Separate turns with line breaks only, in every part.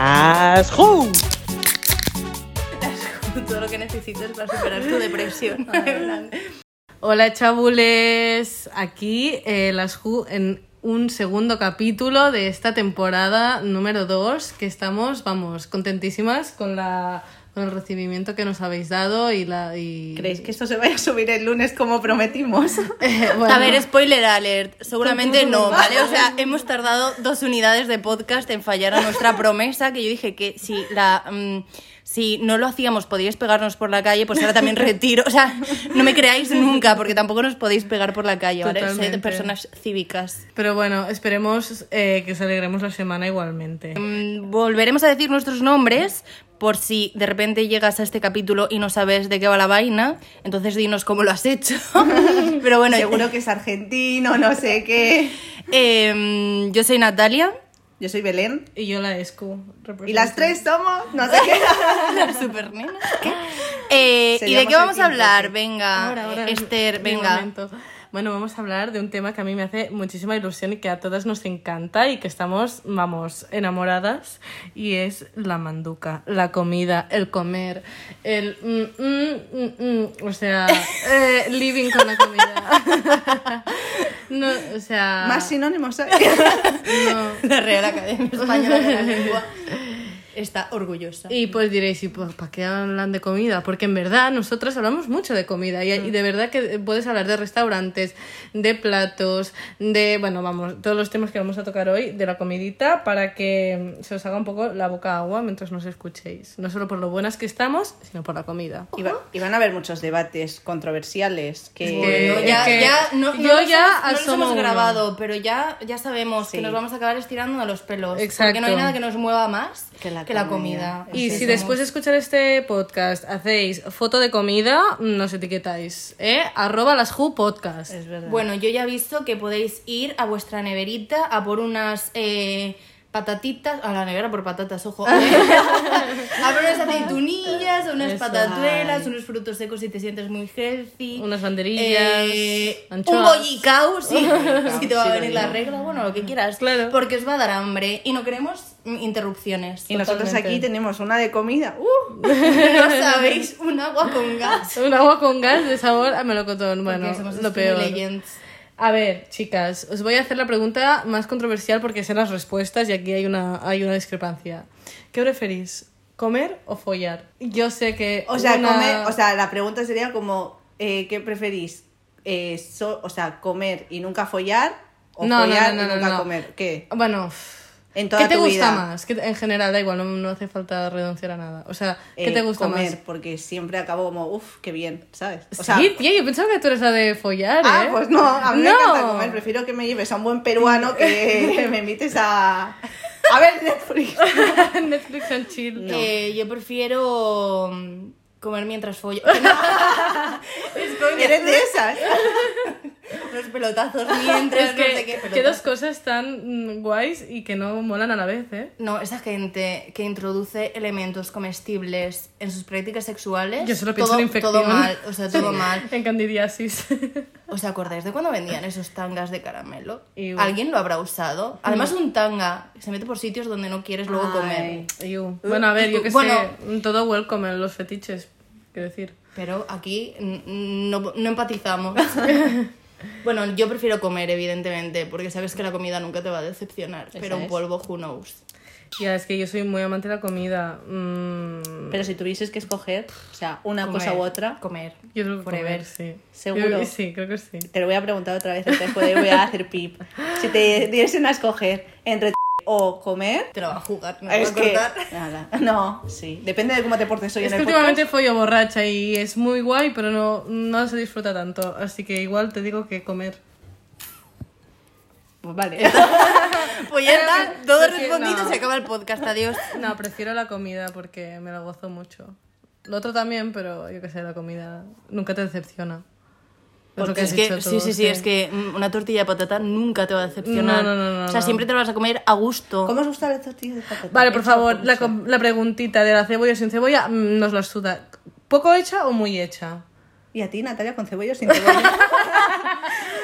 ¡Las Who!
Todo lo que necesitas para superar tu depresión.
Hola chabules, aquí eh, las Who en un segundo capítulo de esta temporada número 2 que estamos, vamos, contentísimas con la con el recibimiento que nos habéis dado y la y
¿Creéis que esto se vaya a subir el lunes como prometimos?
Eh, bueno,
A ver, spoiler alert. Seguramente no, ¿vale? O sea, hemos tardado dos unidades de podcast en fallar a nuestra promesa, que yo dije que si la... mm, si no lo hacíamos, podíais pegarnos por la calle, pues ahora también retiro. O sea, no me creáis nunca, porque tampoco nos podéis pegar por la calle, ¿vale? Sed
Totalmente.
personas cívicas.
pero bueno, esperemos eh, que os alegremos la semana igualmente.
Mm, Volveremos a decir nuestros nombres por si de repente llegas a este capítulo y no sabes de qué va la vaina. Entonces dinos cómo lo has hecho. Pero bueno,
Seguro
eh.
que es argentino, no sé qué.
eh, yo soy Natalia.
Yo soy Belén.
Y yo la escu.
Y las tres somos, no sé qué.
La super nena. Eh, ¿Y de
Seríamos
qué vamos
el
a
team
hablar?
perfecto.
Venga,
Ahora, ahora,
Esther,
mi
venga.
momento. Bueno, vamos a hablar de un tema que a mí me hace muchísima ilusión y que a todas nos encanta y que estamos, vamos, enamoradas y es la manduca, la comida, el comer, el... mm, mm, mm, mm, o sea, eh, living con la comida. no, o sea...
Más sinónimos. ¿eh?
no.
La Real Academia Española de la Lengua está orgullosa.
Y pues diréis, ¿y pues, para qué hablan de comida? Porque en verdad nosotros hablamos mucho de comida y, y de verdad que puedes hablar de restaurantes, de platos, de, bueno, vamos, todos los temas que vamos a tocar hoy, de la comidita, para que se os haga un poco la boca agua mientras nos escuchéis. No solo por lo buenas que estamos, sino por la comida.
Y, va- y van a haber muchos debates controversiales
Bueno,
que...
Eh,
ya,
es que
ya, no, no
yo
los
ya
hemos- no los
asomo
hemos
uno.
grabado, pero ya, ya sabemos que
Sí.
nos vamos a acabar estirando a los pelos. Porque
Exacto.
no hay nada que nos mueva más
Que la
comida.
comida.
Así
Y si
somos.
después de escuchar este podcast hacéis foto de comida, mm, nos etiquetáis, ¿eh? Arroba las Who Podcast.
Es verdad.
Bueno, yo ya he visto que podéis ir a vuestra neverita a por unas eh, patatitas. A la nevera por patatas, ojo. a por unas aceitunillas, unas
Eso.
patatuelas, unos frutos secos si te sientes muy healthy.
Unas banderillas,
Eh, un
anchoas.
bollicao, sí, si te va a
sí,
venir la
bollicao.
regla, bueno, lo que quieras,
Claro.
porque os va a dar hambre y no queremos mm, interrupciones.
Y nosotros
Totalmente.
aquí tenemos una de comida. ¡Uh!
no sabéis, un agua con gas.
Un agua con gas de sabor a melocotón. Bueno,
Porque somos
lo
Skinny
peor.
Legends.
A ver, chicas, os voy a hacer la pregunta más controversial porque sé las respuestas y aquí hay una, hay una discrepancia. ¿Qué preferís? ¿Comer o follar? Yo sé que.
O sea,
una-
comer- o sea, la pregunta sería como, eh, ¿qué preferís? Eh, so- o sea, comer y nunca follar o
No, no,
follar
no, no,
y nunca
no.
comer. ¿Qué?
Bueno. f-
En toda
¿Qué te
tu
gusta
vida.
más? Que en general, da igual, no, no hace falta renunciar a nada. O sea, ¿qué
Eh,
te gusta
comer,
más?
porque siempre acabo como, uff, qué bien, ¿sabes? O
sí, tía, yo pensaba que tú eres la de follar,
Ah,
¿eh?
pues no, a mí me
No.
encanta comer. Prefiero que me lleves a un buen peruano que que me invites a. A ver, Netflix.
Netflix and chill.
Eh, yo prefiero mm, comer mientras follo. Que no. es coña,
Eres de esas.
unos pelotazos mientras
Es
no
que,
sé qué
que
pelotas.
dos cosas tan mm, guays y que no molan a la vez, ¿eh?
No, esa gente que introduce elementos comestibles en sus prácticas sexuales.
Yo solo pienso
todo,
en infección.
Todo mal, o sea, todo mal.
en candidiasis.
¿Os acordáis de cuando vendían esos tangas de caramelo?
Iu.
¿Alguien lo habrá usado? Además, un tanga se mete por sitios donde no quieres luego comer.
Mm. Ay.
Iu. bueno, a ver, yo que
Bueno.
sé, todo welcome en los fetiches, quiero decir.
Pero aquí n- n- no, no empatizamos. bueno, yo prefiero comer, evidentemente, porque sabes que la comida nunca te va a decepcionar. pero un
es.
polvo, who knows.
Ya, es que yo soy muy amante de la comida. Mm,
Pero si tuvieses que escoger, o sea, una
Comer,
cosa u otra,
Comer.
yo creo que
Forever.
comer, sí.
Seguro.
Creo que sí, creo que sí.
te lo voy a preguntar otra vez, te voy a hacer pip. Si te diesen a escoger entre o comer,
Te lo va a jugar, me lo va
es
a
que.
cortar.
Nada. No, sí. Depende de cómo te portes
Es
hoy en
que
el podcast.
últimamente follo borracha y es muy guay, pero no, no se disfruta tanto. Así que igual te digo que comer.
Pues vale.
Pues ya está, todo
Porque
respondido,
no.
se acaba el podcast, adiós.
No, prefiero la comida porque me la gozo mucho. Lo otro también, pero yo que sé, la comida nunca te decepciona. Es lo
Porque
que has
es que,
dicho tú,
sí, sí, sí, es que mm, una tortilla de patata nunca te va a decepcionar.
No, no, no, no,
o sea,
no.
siempre te la vas a comer a gusto.
¿Cómo os gusta la tortilla de patata?
Vale, por
Hecha
favor,
con
la,
mucho.
com- la preguntita de la cebolla sin cebolla mm, nos la suda. ¿Poco hecha o muy hecha?
Y a ti, Natalia, con cebolla o sin cebolla.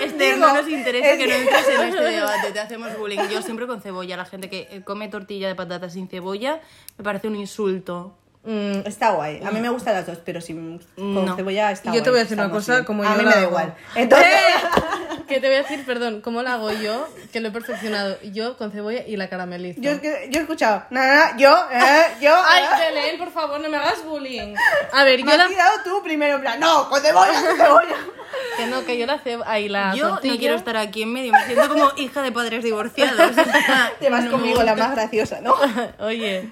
Este
Digo,
no nos interesa
es
que no
que-
entres en este debate, te hacemos bullying. Yo siempre con cebolla, la gente que eh, come tortilla de patatas sin cebolla me parece un insulto.
Mm,
Está guay. A mí me gustan las dos, pero sin con
No.
cebolla está
yo te
guay.
voy a decir
Está
una
más
cosa,
bien.
como
a
yo
mí
la
me da
hago.
igual. Entonces,
¡Eh! Que te voy a decir, perdón, ¿cómo la hago yo? Que lo he perfeccionado. Yo con cebolla y la caramelizo.
yo, es que- yo he escuchado, nada, yo, eh, yo,
Ay,
eh.
Belén, por favor, no me hagas bullying. A ver,
me
yo
has
la...
tirado tú primero, en plan, no, con cebolla, con cebolla.
Que no, que yo la cebo... Ahí la
Yo
tortilla...
no quiero estar aquí en medio, me siento como hija de padres divorciados.
Te vas
No.
conmigo, la más graciosa, ¿no?
Oye...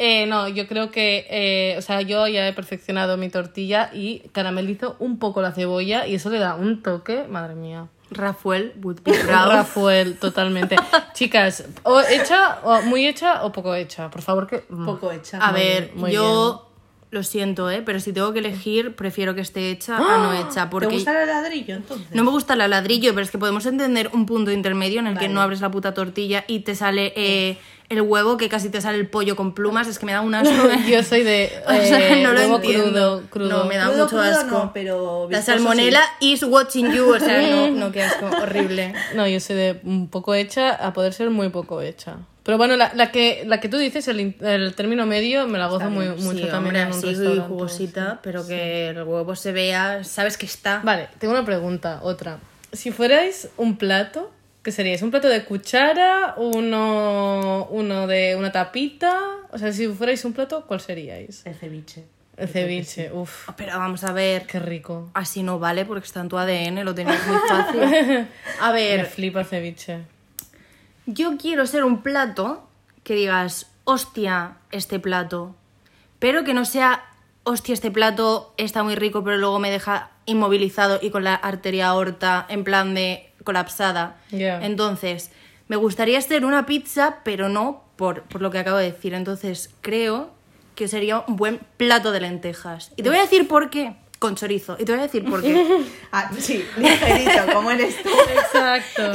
eh, no, yo creo que, eh, o sea, yo ya he perfeccionado mi tortilla y caramelizo un poco la cebolla y eso le da un toque, madre mía.
Rafael would be proud.
Rafael, totalmente. Chicas, o hecha, o muy hecha o poco hecha, por favor que...
Mm.
Poco hecha.
A
Muy
ver,
bien, muy
yo lo siento, ¿eh? pero si tengo que elegir, prefiero que esté hecha a no hecha. Porque
¿Te gusta el ladrillo entonces?
No me gusta la ladrillo, pero es que podemos entender un punto intermedio en el que no abres la puta tortilla y te sale eh, el huevo, que casi te sale el pollo con plumas. Es que me da un asco. ¿eh?
Yo soy de...
O sea,
eh,
no lo
huevo
entiendo.
Crudo, crudo.
No, me da
Crudo,
mucho
crudo
asco.
no, pero
la
viscoso
salmonela is watching you. O sea, no, no, qué asco. Horrible.
No, yo soy de un poco hecha a poder ser muy poco hecha. Pero bueno, la, la que, la que tú dices, el, in- el término medio, me la gozo muy, mucho
Sí,
también
hombre,
en un
así
restaurante.
jugosita, pero que el huevo se vea, sabes que está.
Vale, tengo una pregunta, otra. Si fuerais un plato, ¿qué seríais? ¿Un plato de cuchara? ¿Uno, uno de una tapita? O sea, si fuerais un plato, ¿cuál seríais?
El ceviche.
El ceviche, uff,
Ah, Pero vamos a ver.
qué rico.
Así no vale porque está en tu ADN, lo tenías muy fácil. A
Me
ver,
flipa el ceviche.
Yo quiero ser un plato que digas, hostia, este plato. Pero que no sea, hostia, este plato está muy rico, pero luego me deja inmovilizado y con la arteria aorta en plan de colapsada.
Ya.
Entonces, me gustaría ser una pizza, pero no por, por lo que acabo de decir. Entonces, creo que sería un buen plato de lentejas. Y te voy a decir por qué. Con chorizo. Y te voy a decir por qué.
Ah, sí, ligerito, como eres tú.
Exacto.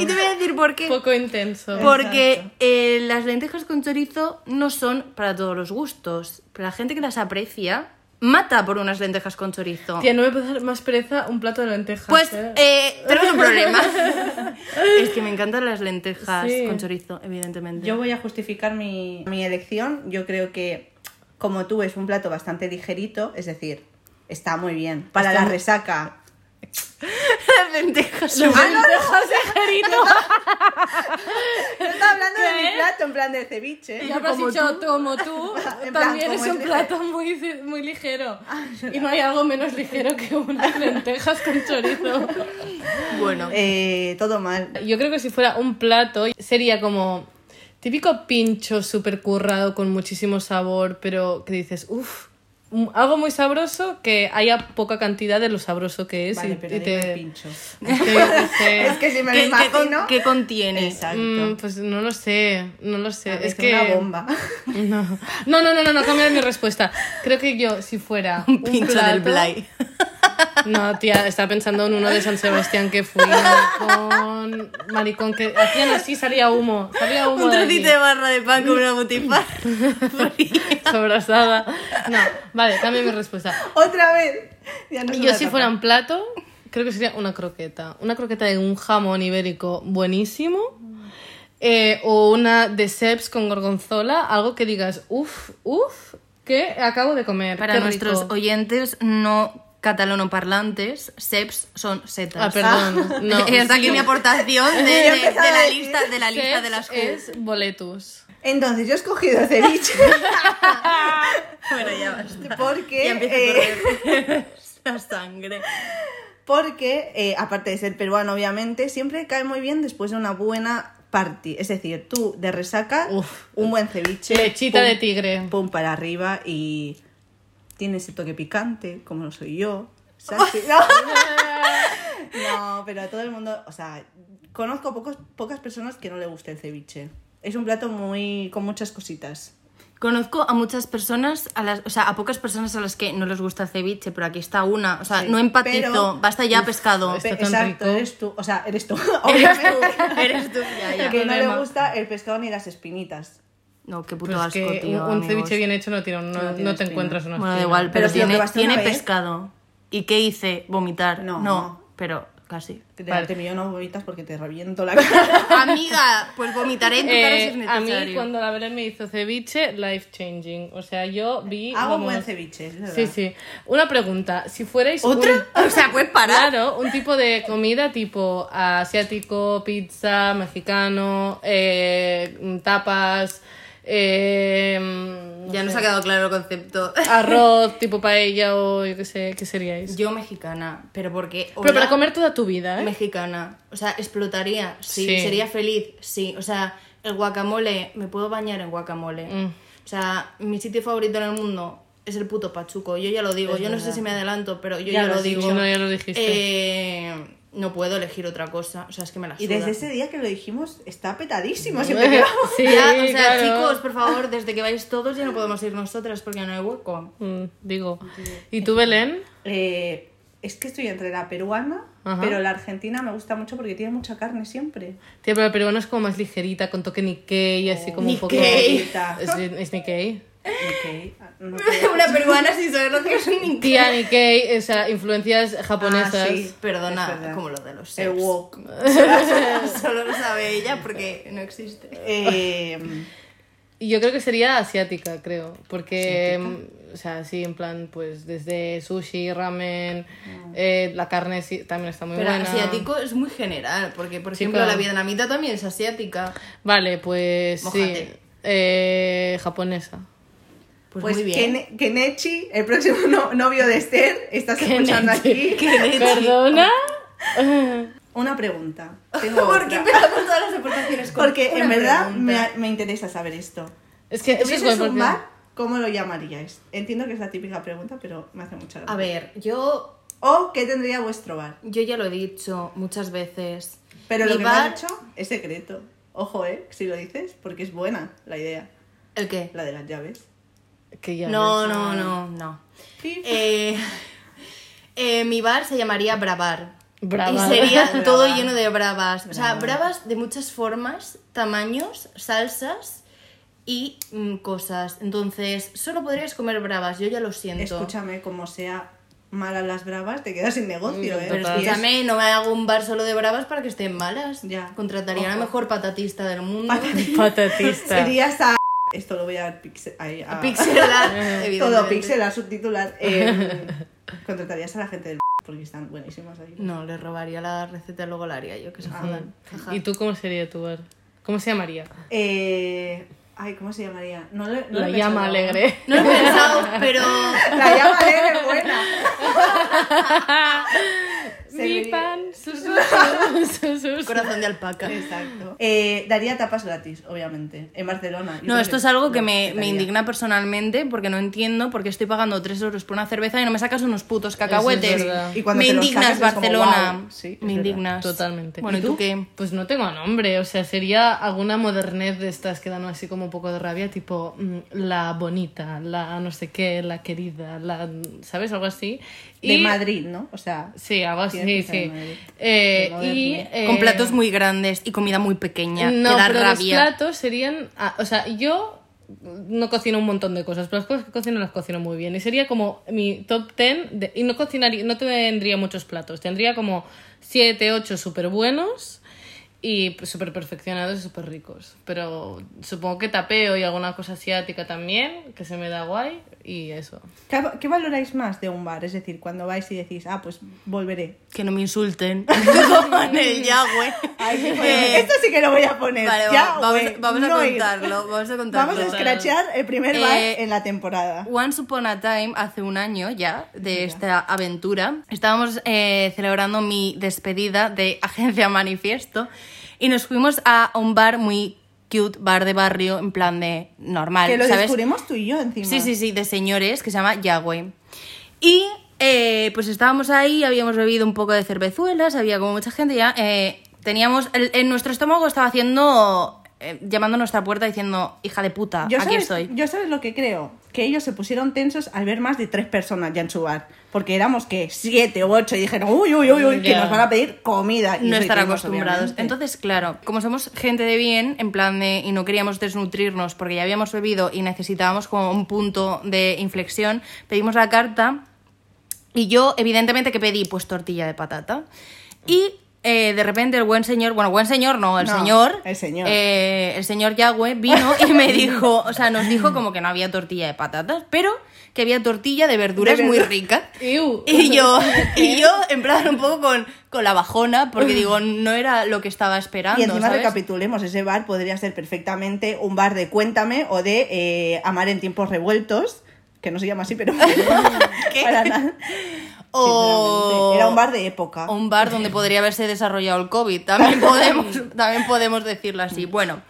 y te voy a decir por qué.
Poco intenso.
Porque eh, las lentejas con chorizo no son para todos los gustos. Pero la gente que las aprecia mata por unas lentejas con chorizo.
Tía, no me puede dar más pereza un plato de lentejas.
Pues
¿eh?
eh, tenemos un problema. es que me encantan las lentejas
Sí.
con chorizo, evidentemente.
Yo voy a justificar mi, mi elección. Yo creo que, como tú, es un plato bastante ligerito, es decir, está muy bien. Para
Está
la
muy-
resaca.
Las lentejas.
Las lentejas ligerito.
Yo estaba hablando de
¿Qué?
mi plato, en plan de ceviche.
Ya habrás
Como
dicho como tú,
En plan,
también
como
es un
es
plato muy, muy ligero.
Ah,
Y no hay algo menos ligero que unas lentejas con chorizo.
Bueno,
Eh, todo mal.
Yo creo que si fuera un plato, sería como típico pincho súper currado con muchísimo sabor, pero que dices, uff, algo muy sabroso que haya poca cantidad de lo sabroso que es.
Vale,
y,
pero
y
dime
te-
el pincho.
te dice,
Es que si me lo
¿qué, qué-
imagino.
qué contiene?
Exacto.
"Mm, pues no lo sé, no lo sé.
Parece
es que
una bomba.
No. No, no, no, no, no cambia mi respuesta. Creo que yo, si fuera
Un pincho del
plato-
Blay.
No, tía, estaba pensando en uno de San Sebastián que fui con maricón que hacían así, salía humo, salía humo
Un
de
trocito de barra de pan con una butifarra.
allí, sobrasada. No, vale, cambia mi respuesta.
Otra vez. Ya no es
Yo
una
si
tapa.
fuera un plato, creo que sería una croqueta. Una croqueta de un jamón ibérico buenísimo. eh, o una de seps con gorgonzola, algo que digas, uff, uff, que acabo de comer.
Para
qué
nuestros
rico".
oyentes no catalonoparlantes, seps son setas.
Ah, perdón. No.
Y hasta aquí mi aportación de, de- de
empezaba a
la
decir
lista de la lista de
Sex
las
es boletus.
Entonces, yo he escogido el ceviche
Bueno, ya basta.
porque.
Ya empieza
eh,
a correr la sangre.
Porque, eh, aparte de ser peruano, obviamente, siempre cae muy bien después de una buena party. Es decir, tú de resaca,
Uf.
un buen ceviche.
Lechita
pum,
de tigre.
Pum para arriba y tiene ese toque picante, como lo soy yo. ¿sabes? No, no, pero a todo el mundo, o sea, conozco pocos, pocas personas que no le guste el ceviche. Es un plato muy con muchas cositas.
Conozco a muchas personas, a las, o sea, a pocas personas a las que no les gusta el ceviche, pero aquí está una. O sea,
Sí,
no empatizo.
pero-
Basta ya pescado.
Está
Pe-
tan
Exacto,
rico.
eres tú, o sea, eres tú, obviamente.
Eres tú, ya, ya.
¿Qué?
que no le
problema.
gusta el pescado ni las espinitas.
No, qué puto
Pero es
asco,
Pues que
tío.
un, un
amigos.
ceviche bien hecho no tiene, no, no
tiene
te
espina.
encuentras una
Bueno, da
espina.
igual, pero,
Pero si lo
tiene,
probaste una
tiene
vez.
pescado. ¿Y qué hice? Vomitar.
No.
No, pero casi.
Te
Vale.
te pillo unas huevitas porque te reviento la cara.
Amiga, pues vomitaré en tu cara si
Eh,
es
a mí
necesario.
cuando la Belén me hizo ceviche, life changing. O sea, yo vi...
Ah,
Hago un
vamos,
buen ceviche, es verdad.
Sí, sí. Una pregunta, si fuerais... un-
¿Otra? O sea, puedes parar.
Claro, un tipo de comida tipo asiático, pizza, mexicano, eh, tapas, eh, no
ya nos
sé,
ha quedado claro el concepto.
arroz tipo paella o yo qué sé, ¿qué seríais?
Ah, Yo mexicana, pero porque...
Pero para
hola,
comer toda tu vida, ¿eh?
Mexicana. O sea, explotaría, sí.
Sí.
Sería feliz, sí. O sea, el guacamole, me puedo bañar en guacamole.
Mm.
O sea, mi sitio favorito en el mundo es el puto pachuco. Yo ya lo digo, yo no sé si me adelanto, pero yo ya,
Ya lo
lo
has
digo.
dicho, no, ya lo dijiste.
Eh, no puedo elegir otra cosa. O sea, es que me la
Y
suda.
desde ese día que lo dijimos, está petadísimo siempre que vamos.
Sí,
Ya, o sea,
claro.
chicos, por favor, desde que vais todos ya no podemos ir nosotras porque no hay hueco.
Mm, digo. ¿Y tú, Belén?
Eh, es que estoy entre la peruana,
Ajá.
pero la argentina me gusta mucho porque tiene mucha carne siempre.
Tía, pero la peruana es como más ligerita, con toque Nikkei, así como un poco...
Oh. Nikkei.
Es, es Nikkei.
Ok, ah, no puedo.
Una peruana sin saber lo que es un
Tía Nikkei, o sea, influencias japonesas.
Ah, sí. Es
Perdona,
verdad.
como lo de los
El
sex.
wok.
Solo lo sabe ella porque no existe.
Eh,
Y Yo creo que sería asiática, creo, porque, mm, o sea, sí, en plan, pues desde sushi, ramen, eh, la carne sí, también está muy
Ah. Pero
buena.
asiático es muy general, porque por
Sí,
ejemplo
claro.
la vietnamita también es asiática.
Vale, pues sí,
Mójate.
eh, japonesa.
Pues,
pues
muy bien.
Kene- Kenechi, el próximo no- novio de Esther, estás escuchando aquí.
Perdona.
Una pregunta. Tengo
¿Por qué
otra.
empezamos todas las aportaciones con
Porque en
una
verdad
pregunta?
me, me interesa saber esto.
Es que
Si
eso es
tuvieses
guay
un
porque-
bar, ¿cómo lo llamaríais? Entiendo que es la típica pregunta, pero me hace mucha gracia.
A ver, yo,
¿O qué tendría vuestro bar?
yo ya lo he dicho muchas veces.
Pero lo
Mi
que me
bar-
has dicho es secreto. Ojo, ¿eh? Si lo dices, porque es buena la idea.
¿El qué?
La de las llaves.
que ya
No,
ves.
no, no, no. Eh, eh, mi bar se llamaría Bravar.
Brava.
Y sería
Brava.
todo lleno de bravas. O sea, bravas de muchas formas, tamaños, salsas y mm, cosas. Entonces, solo podrías comer bravas, yo ya lo siento.
Escúchame, como sea malas las bravas, te quedas sin negocio,
No,
¿eh?
Pero
Total.
escúchame, no me hago un bar solo de bravas para que estén malas.
Ya.
Contrataría a la
Ojo.
mejor patatista del mundo.
Patatista.
Serías a... Esto lo voy a... pixel- ahí, a-
Pixelar,
Todo
evidentemente.
pixelar, subtitular. Eh, contratarías a la gente del... Porque están buenísimas ahí.
No, le robaría la receta y luego la haría yo, que se
Ah.
jodan. Jaja.
¿Y tú cómo sería tu bar? ¿Cómo se llamaría?
Eh, ay, ¿cómo se llamaría? No le- no
la
lo he
llama
pensado.
alegre.
No lo he pensado, pero...
La llama alegre es buena. Se
Mi
me-
pan, susurro, susurro.
Corazón de alpaca.
Exacto. Eh, daría tapas gratis, obviamente, en Barcelona. Yo
No,
creo
esto es algo que
lo
me, me
respetaría.
indigna personalmente porque no entiendo por qué estoy pagando 3 euros por una cerveza y no me sacas unos putos cacahuetes.
verdad.
Y cuando
me
te los
indignas,
sacas es como,
Barcelona.
"Guau". Sí, es
me
verdad.
indignas.
Totalmente.
Bueno, ¿y tú, qué?
Pues no tengo nombre, o sea, sería alguna modernez de estas que dan así como un poco de rabia, tipo mm, la bonita, la no sé qué, la querida, la. ¿Sabes? Algo así.
De Madrid, ¿no? O sea,
Sí, algo así,
Tiene que
sí.
ser de Madrid.
Eh,
De
y,
moderno.
eh,
Con platos muy grandes y comida muy pequeña. que
No,
da
pero
rabia.
los platos serían. ah, o sea, yo no cocino un montón de cosas, pero las cosas que cocino las cocino muy bien. Y sería como mi top 10. de- y no cocinaría, no tendría muchos platos. Tendría como 7, 8 súper buenos y súper perfeccionados y súper ricos. Pero supongo que tapeo y alguna cosa asiática también, que se me da guay. Y eso.
¿qué, qué valoráis más de un bar? Es decir, cuando vais y decís, ah, pues volveré.
Que no me insulten. Con el Yahweh. Eh,
Esto sí que lo voy a poner.
vale, va-
ya,
vamos,
güey,
vamos a
no ir.
contarlo. Vamos a contarlo.
Vamos a escrachar el primer bar
Eh,
en la temporada.
Once Upon a Time, hace un año ya de esta aventura, estábamos eh, celebrando mi despedida de Agencia Manifiesto y nos fuimos a un bar muy cute, bar de barrio, en plan de normal,
Que lo
¿sabes?
descubrimos tú y yo encima.
Sí, sí, sí, de señores, que se llama Yahweh. Y eh, pues estábamos ahí, habíamos bebido un poco de cervezuelas, había como mucha gente ya. eh, teníamos, el- en nuestro estómago estaba haciendo, eh, llamando a nuestra puerta diciendo, hija de puta,
Yo
aquí
sabes,
estoy.
Yo sabes lo que creo, que ellos se pusieron tensos al ver más de tres personas ya en su bar, porque éramos que siete u ocho y dijeron, uy, uy, uy, uy, que
Ya.
nos van a pedir comida. Y
no
eso
estar
hicimos,
acostumbrados.
obviamente.
Entonces, claro, como somos gente de bien, en plan de, y no queríamos desnutrirnos porque ya habíamos bebido y necesitábamos como un punto de inflexión, pedimos la carta Y yo, evidentemente, que pedí pues tortilla de patata. Y eh, de repente el buen señor, bueno, buen señor no, el
No,
señor,
el señor.
eh, el señor Yahweh vino y me dijo, o sea, nos dijo como que no había tortilla de patatas, pero que había tortilla de verduras
De
muy
verdura-
rica.
Iu.
Y yo, y yo en plan un poco con, con la bajona, porque digo, no era lo que estaba esperando.
Y encima
¿sabes?
recapitulemos, ese bar podría ser perfectamente un bar de Cuéntame o de eh, Amar en tiempos revueltos, que no se llama así, pero para nada.
O...
Sinceramente, Era un bar de época.
O un bar donde podría haberse desarrollado el COVID. También podemos, también podemos decirlo así. Bueno,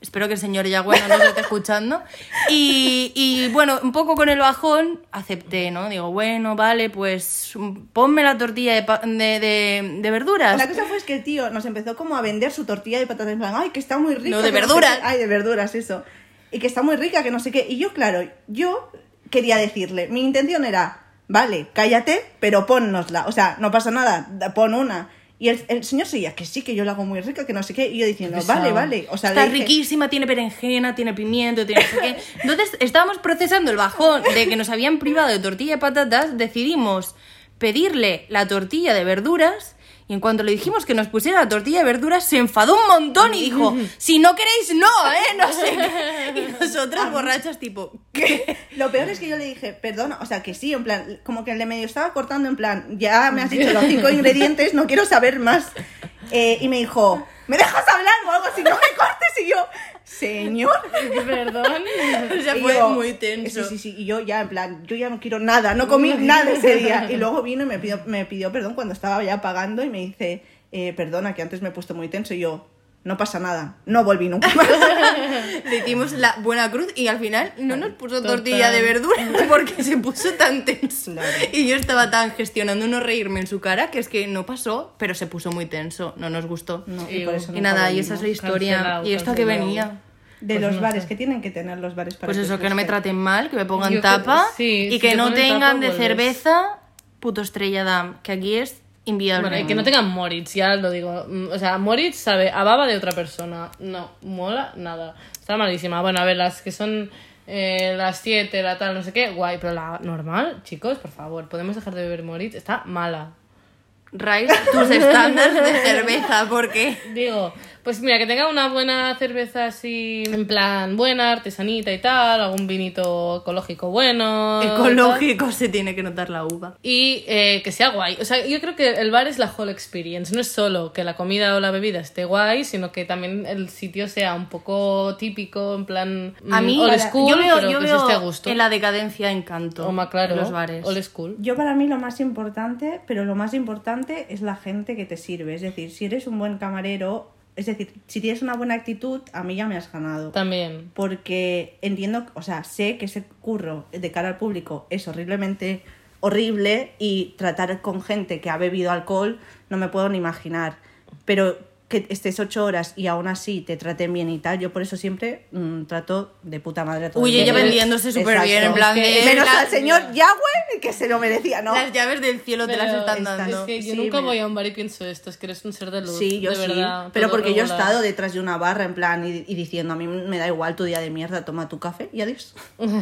espero que el señor Yagüe no nos esté escuchando. Y, y, bueno, un poco con el bajón acepté, ¿no? Digo, bueno, vale, pues mm, ponme la tortilla de, pa- de, de- de verduras.
La cosa fue es que el tío nos empezó como a vender su tortilla de patatas en plan, ay, que está muy rica.
No, de
que sé
verduras.
qué". ay, de verduras, eso. Y que está muy rica, que no sé qué. Y yo, claro, yo quería decirle, mi intención era, vale, cállate, pero ponnosla. O sea, no pasa nada, da- pon una. Y el, el señor seguía, que sí, que yo la hago muy rica, que no sé qué. Y yo diciendo, vale, vale. O sea,
Está
le dije,
riquísima, tiene berenjena, tiene pimiento, tiene no sé qué. Entonces, estábamos procesando el bajón de que nos habían privado de tortilla de patatas, decidimos pedirle la tortilla de verduras y en cuanto le dijimos que nos pusiera la tortilla de verduras, se enfadó un montón y dijo, si no queréis, no, ¿eh? No sé. qué". Y nosotras borrachas tipo, ¿qué?
Lo peor es que yo le dije, perdona, o sea, que sí, en plan, como que le medio estaba cortando, en plan, ya me has dicho los cinco ingredientes, no quiero saber más. Eh, y me dijo, ¿me dejas hablar o algo así? No me cortes. Y yo, señor.
Perdón.
O sea,
Y
fue
yo,
muy tenso.
Sí, sí, sí. Y yo ya, en plan, yo ya no quiero nada, no comí nada ese día. Y luego vino y me pidió, me pidió perdón cuando estaba ya pagando y me dice, eh, perdona, que antes me he puesto muy tenso. Y yo, no pasa nada, no volví nunca más.
Le hicimos la buena cruz y al final no nos puso
Total.
tortilla de verduras porque se puso tan tenso.
Claro.
Y yo estaba tan gestionando no reírme en su cara que es que no pasó, pero se puso muy tenso. No nos gustó.
No, y por eso
Y
nunca
nada, y
volvimos.
esa es la historia.
Cancelado,
¿Y esto que
cancelado.
venía?
De los bares, que tienen que tener los bares para
Pues eso,
te
que no me
guste?
traten mal, que me pongan
Yo creo-
tapa
sí,
y
si
que
te
no
ponen tapa,
tengan de
vuelves.
cerveza puto estrella dam, que aquí es inviable.
Bueno, y que no tengan Moritz, ya lo digo. Mm, O sea, Moritz sabe a baba de otra persona. No, mola nada. Está malísima. Bueno, a ver, las que son eh, las 7, la tal, no sé qué, guay. Pero la normal, chicos, por favor, podemos dejar de beber Moritz. Está mala.
Raíz tus estándares de cerveza porque...
Digo, pues mira, que tenga una buena cerveza así, en plan buena, artesanita y tal, algún vinito ecológico bueno. tal.
Ecológico se tiene que notar la uva.
Y eh, que sea guay. O sea, yo creo que el bar es la whole experience. No es solo que la comida o la bebida esté guay, sino que también el sitio sea un poco típico, en plan mm,
A mí,
old
para-
school,
yo veo,
pero
yo
que
veo
se esté a gusto.
en la decadencia encanto
O más claro,
en los bares.
old school.
Yo para mí lo más importante, pero lo más importante es la gente que te sirve. Es decir, si eres un buen camarero, es decir, si tienes una buena actitud, a mí ya me has ganado.
También.
Porque entiendo, o sea, sé que ese curro de cara al público es horriblemente horrible y tratar con gente que ha bebido alcohol no me puedo ni imaginar. Pero que estés ocho horas y aún así te traten bien y tal, yo por eso siempre mm, trato de puta madre a todo
Uy,
el
ella
mundo.
vendiéndose súper bien,
Exacto.
en plan de...
Es que-
Menos
la-
al señor Yahweh, que se lo merecía, ¿no?
Las llaves del cielo te las
Pero
están
estas-
dando.
Es que yo
Sí,
nunca
me-
voy a un bar y pienso esto, es que eres un ser de luz.
Sí, yo
de
sí.
verdad,
pero
todo
porque yo he
regular.
estado detrás de una barra en plan y, y diciendo a mí me da igual tu día de mierda, toma tu café y adiós.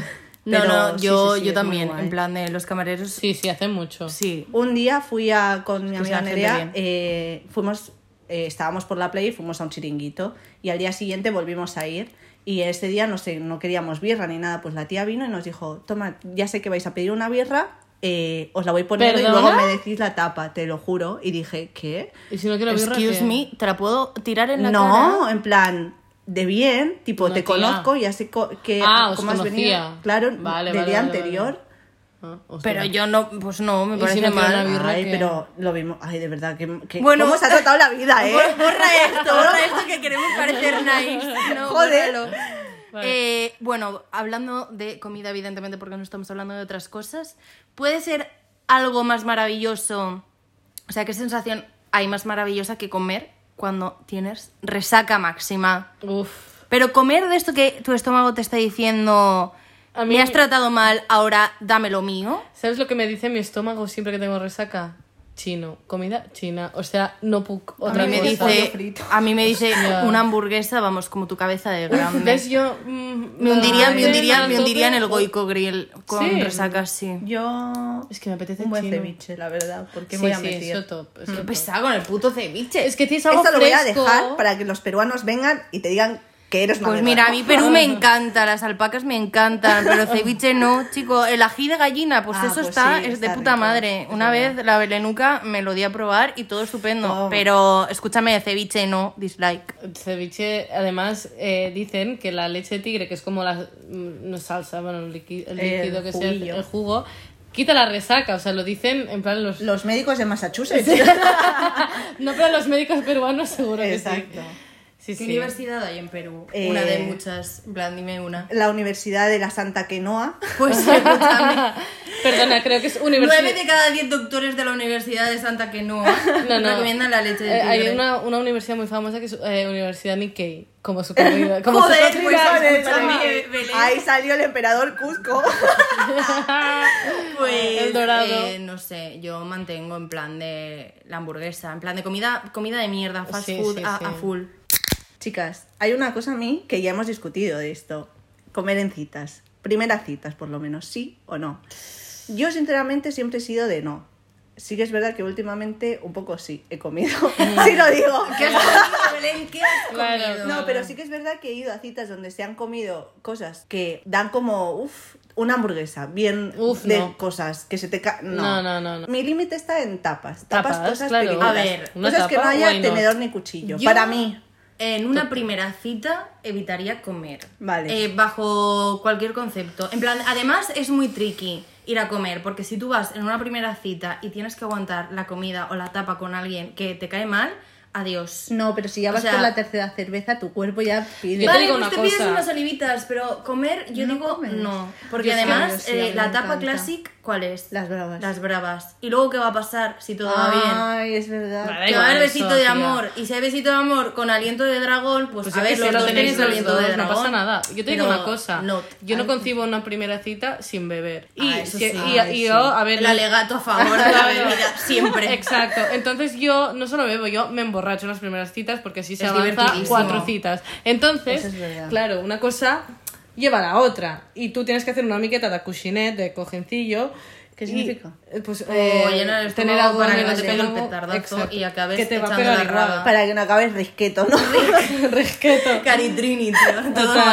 No,
Pero
no,
sí,
yo,
sí, sí,
yo
es
también,
muy guay.
en plan de los camareros...
Sí, sí, hace mucho.
sí.
Un día fui a, con mi
Es que es
amiga
la gente
Nerea,
bien.
eh, fuimos, eh, estábamos por la playa y fuimos a un chiringuito y al día siguiente volvimos a ir y ese día no sé, no queríamos birra ni nada, pues la tía vino y nos dijo, toma, ya sé que vais a pedir una birra, eh, os la voy poniendo y luego
¿Perdona?
me decís la tapa, te lo juro. Y dije, ¿qué?
Y si no quiero birra,
Excuse
¿qué?
me, ¿te la puedo tirar en la
no,
cara?
en plan, de bien, tipo,
No,
te
tía.
conozco, ya sé co- que
Ah, os
cómo has venido.
conocía.
Claro,
Vale,
del
vale, vale,
día anterior.
Ah, o sea,
Pero yo no, pues no, me
Y
parece
si no quiero
mal.
la birra,
Ay,
que-
pero lo vimos. Ay, de verdad, que, que
Bueno,
cómo se ha tratado la vida, ¿eh?
Bor- Borra esto, borra esto que queremos parecer nice. No,
Joder.
bórralo. Eh, bueno, hablando de comida, evidentemente, porque no estamos hablando de otras cosas, ¿puede ser algo más maravilloso? O sea, ¿qué sensación hay más maravillosa que comer cuando tienes resaca máxima?
Uf.
Pero comer de esto que tu estómago te está diciendo,
A mí-
me has tratado mal, ahora dame lo mío.
¿Sabes lo que me dice mi estómago siempre que tengo resaca? chino, comida china. O sea, no puc, otra
a mí me
cosa.
pollo
dice,
frito.
a mí me dice
Ya.
una hamburguesa, vamos, como tu cabeza de grande.
¿Ves? Yo. mm,
Me hundiría, me
ay,
hundiría,
a
me hundiría en
tope.
el Goico Grill con
Sí.
resacas, sí.
Yo.
Es que me apetece
un buen
chino.
ceviche, la verdad. Porque
Sí,
voy a
sí,
meter.
eso top. eso
Qué
top.
pesado con el puto ceviche.
Es que tienes algo
Esto lo voy a
fresco.
dejar para que los peruanos vengan y te digan que eres una
Pues
vegana.
mira, a mí Perú me encanta, las alpacas me encantan, pero ceviche no, chico. El ají de gallina, pues
Ah,
eso
pues
está,
sí,
es de
está
puta
rico,
madre.
es
Una
verdad.
vez la belenuca me lo di a probar y todo estupendo.
Oh.
Pero escúchame, ceviche no, dislike.
Ceviche, además, eh, dicen que la leche de tigre, que es como la mm, no es salsa, bueno, el liqui- el
El
líquido que se
juguillo.
el jugo, quita la resaca. O sea, lo dicen en plan los.
Los médicos de Massachusetts.
No, pero los médicos peruanos seguro que sí.
Exacto.
sí. sí.
universidad hay en Perú?
Eh, Una de
muchas. En plan, dime una.
La Universidad de la Santa Quenoa.
Pues escúchame.
Perdona, creo que es
Nueve
universidad.
de cada diez doctores de la Universidad de Santa que no,
No, no.
recomiendan la leche de
Eh, hay
tigre.
una, una universidad muy famosa que es eh, Universidad Nikkei, como su corrida. Como
Joder,
su
pues,
corrida.
vale, escúchame, Belén.
Ahí salió el emperador Cusco.
Pues,
El dorado.
eh, no sé, yo mantengo en plan de la hamburguesa, en plan de comida, comida de mierda, fast
Sí,
food
sí,
a,
sí.
a full.
Chicas, hay una cosa a mí que ya hemos discutido de esto. Comer en citas. Primeras citas, por lo menos, sí o no. Yo, sinceramente, siempre he sido de no. Sí que es verdad que últimamente un poco sí he comido. sí lo digo.
¿Qué has comido, Belén? ¿Qué has
Claro.
comido?
No,
No, pero sí que es verdad que he ido a citas donde se han comido cosas que dan como, uff, una hamburguesa, bien
Uf,
de
no.
cosas que se te ca-
No, no, no, no.
Mi límite está en tapas. Tapas,
Tapas,
cosas
claro.
peligrosas.
A ver,
una
cosas que no
tapa,
haya
why not?
tenedor ni cuchillo.
Yo,
Para mí.
En una primera cita evitaría comer.
Vale.
Eh, bajo cualquier concepto. En plan, además es muy tricky ir a comer, porque si tú vas en una primera cita y tienes que aguantar la comida o la tapa con alguien que te cae mal, adiós.
No, pero si ya
O
vas
sea-
con la tercera cerveza, tu cuerpo ya pide.
Yo te
vale,
digo
pues
una
te pides
cosa.
unas olivitas, pero comer, yo
No
digo
comes.
no.
Yo
Porque
es que
además,
sí, a mí
eh,
me
la tapa
encanta.
classic, ¿cuál es?
Las bravas. Ah,
Las bravas. ¿Y luego qué va a pasar si todo va bien?
Ay, es verdad.
Vale. Da
Que va a
igual
haber
eso,
besito de
tía.
amor. Y si hay besito de amor con aliento de dragón, pues,
Pues
a
es
ver,
que
los
si lo
dos
tenéis
tenéis
los
aliento
dos,
de
no
dragón.
pasa nada. Yo te digo
pero
una cosa.
not.
Yo no
Ay,
concibo una primera cita sin beber. Y,
Ah, eso
si-
sí.
y-
Ah,
y
eso.
yo, a ver...
El alegato a favor de la
Claro.
bebida, siempre.
Exacto. Entonces yo no solo bebo, yo me emborracho en las primeras citas porque así se
Es
avanza
divertidísimo.
cuatro citas. Entonces,
Eso es verdad.
claro, una cosa lleva a la otra. Y tú tienes que hacer una miqueta de cuchinet, de cojencillo.
¿Qué
y,
significa?
eh, pues
O
eh,
llenar el
tener
estómago
algo
para
en
que
el
no te pegue el
estómago.
petardazo
Exacto.
y acabes
que te va a
echando
pegar
la
igual.
raba.
Para que no acabes risqueto, ¿no?
Resqueto.
Caritrini, tío. Todo
Total.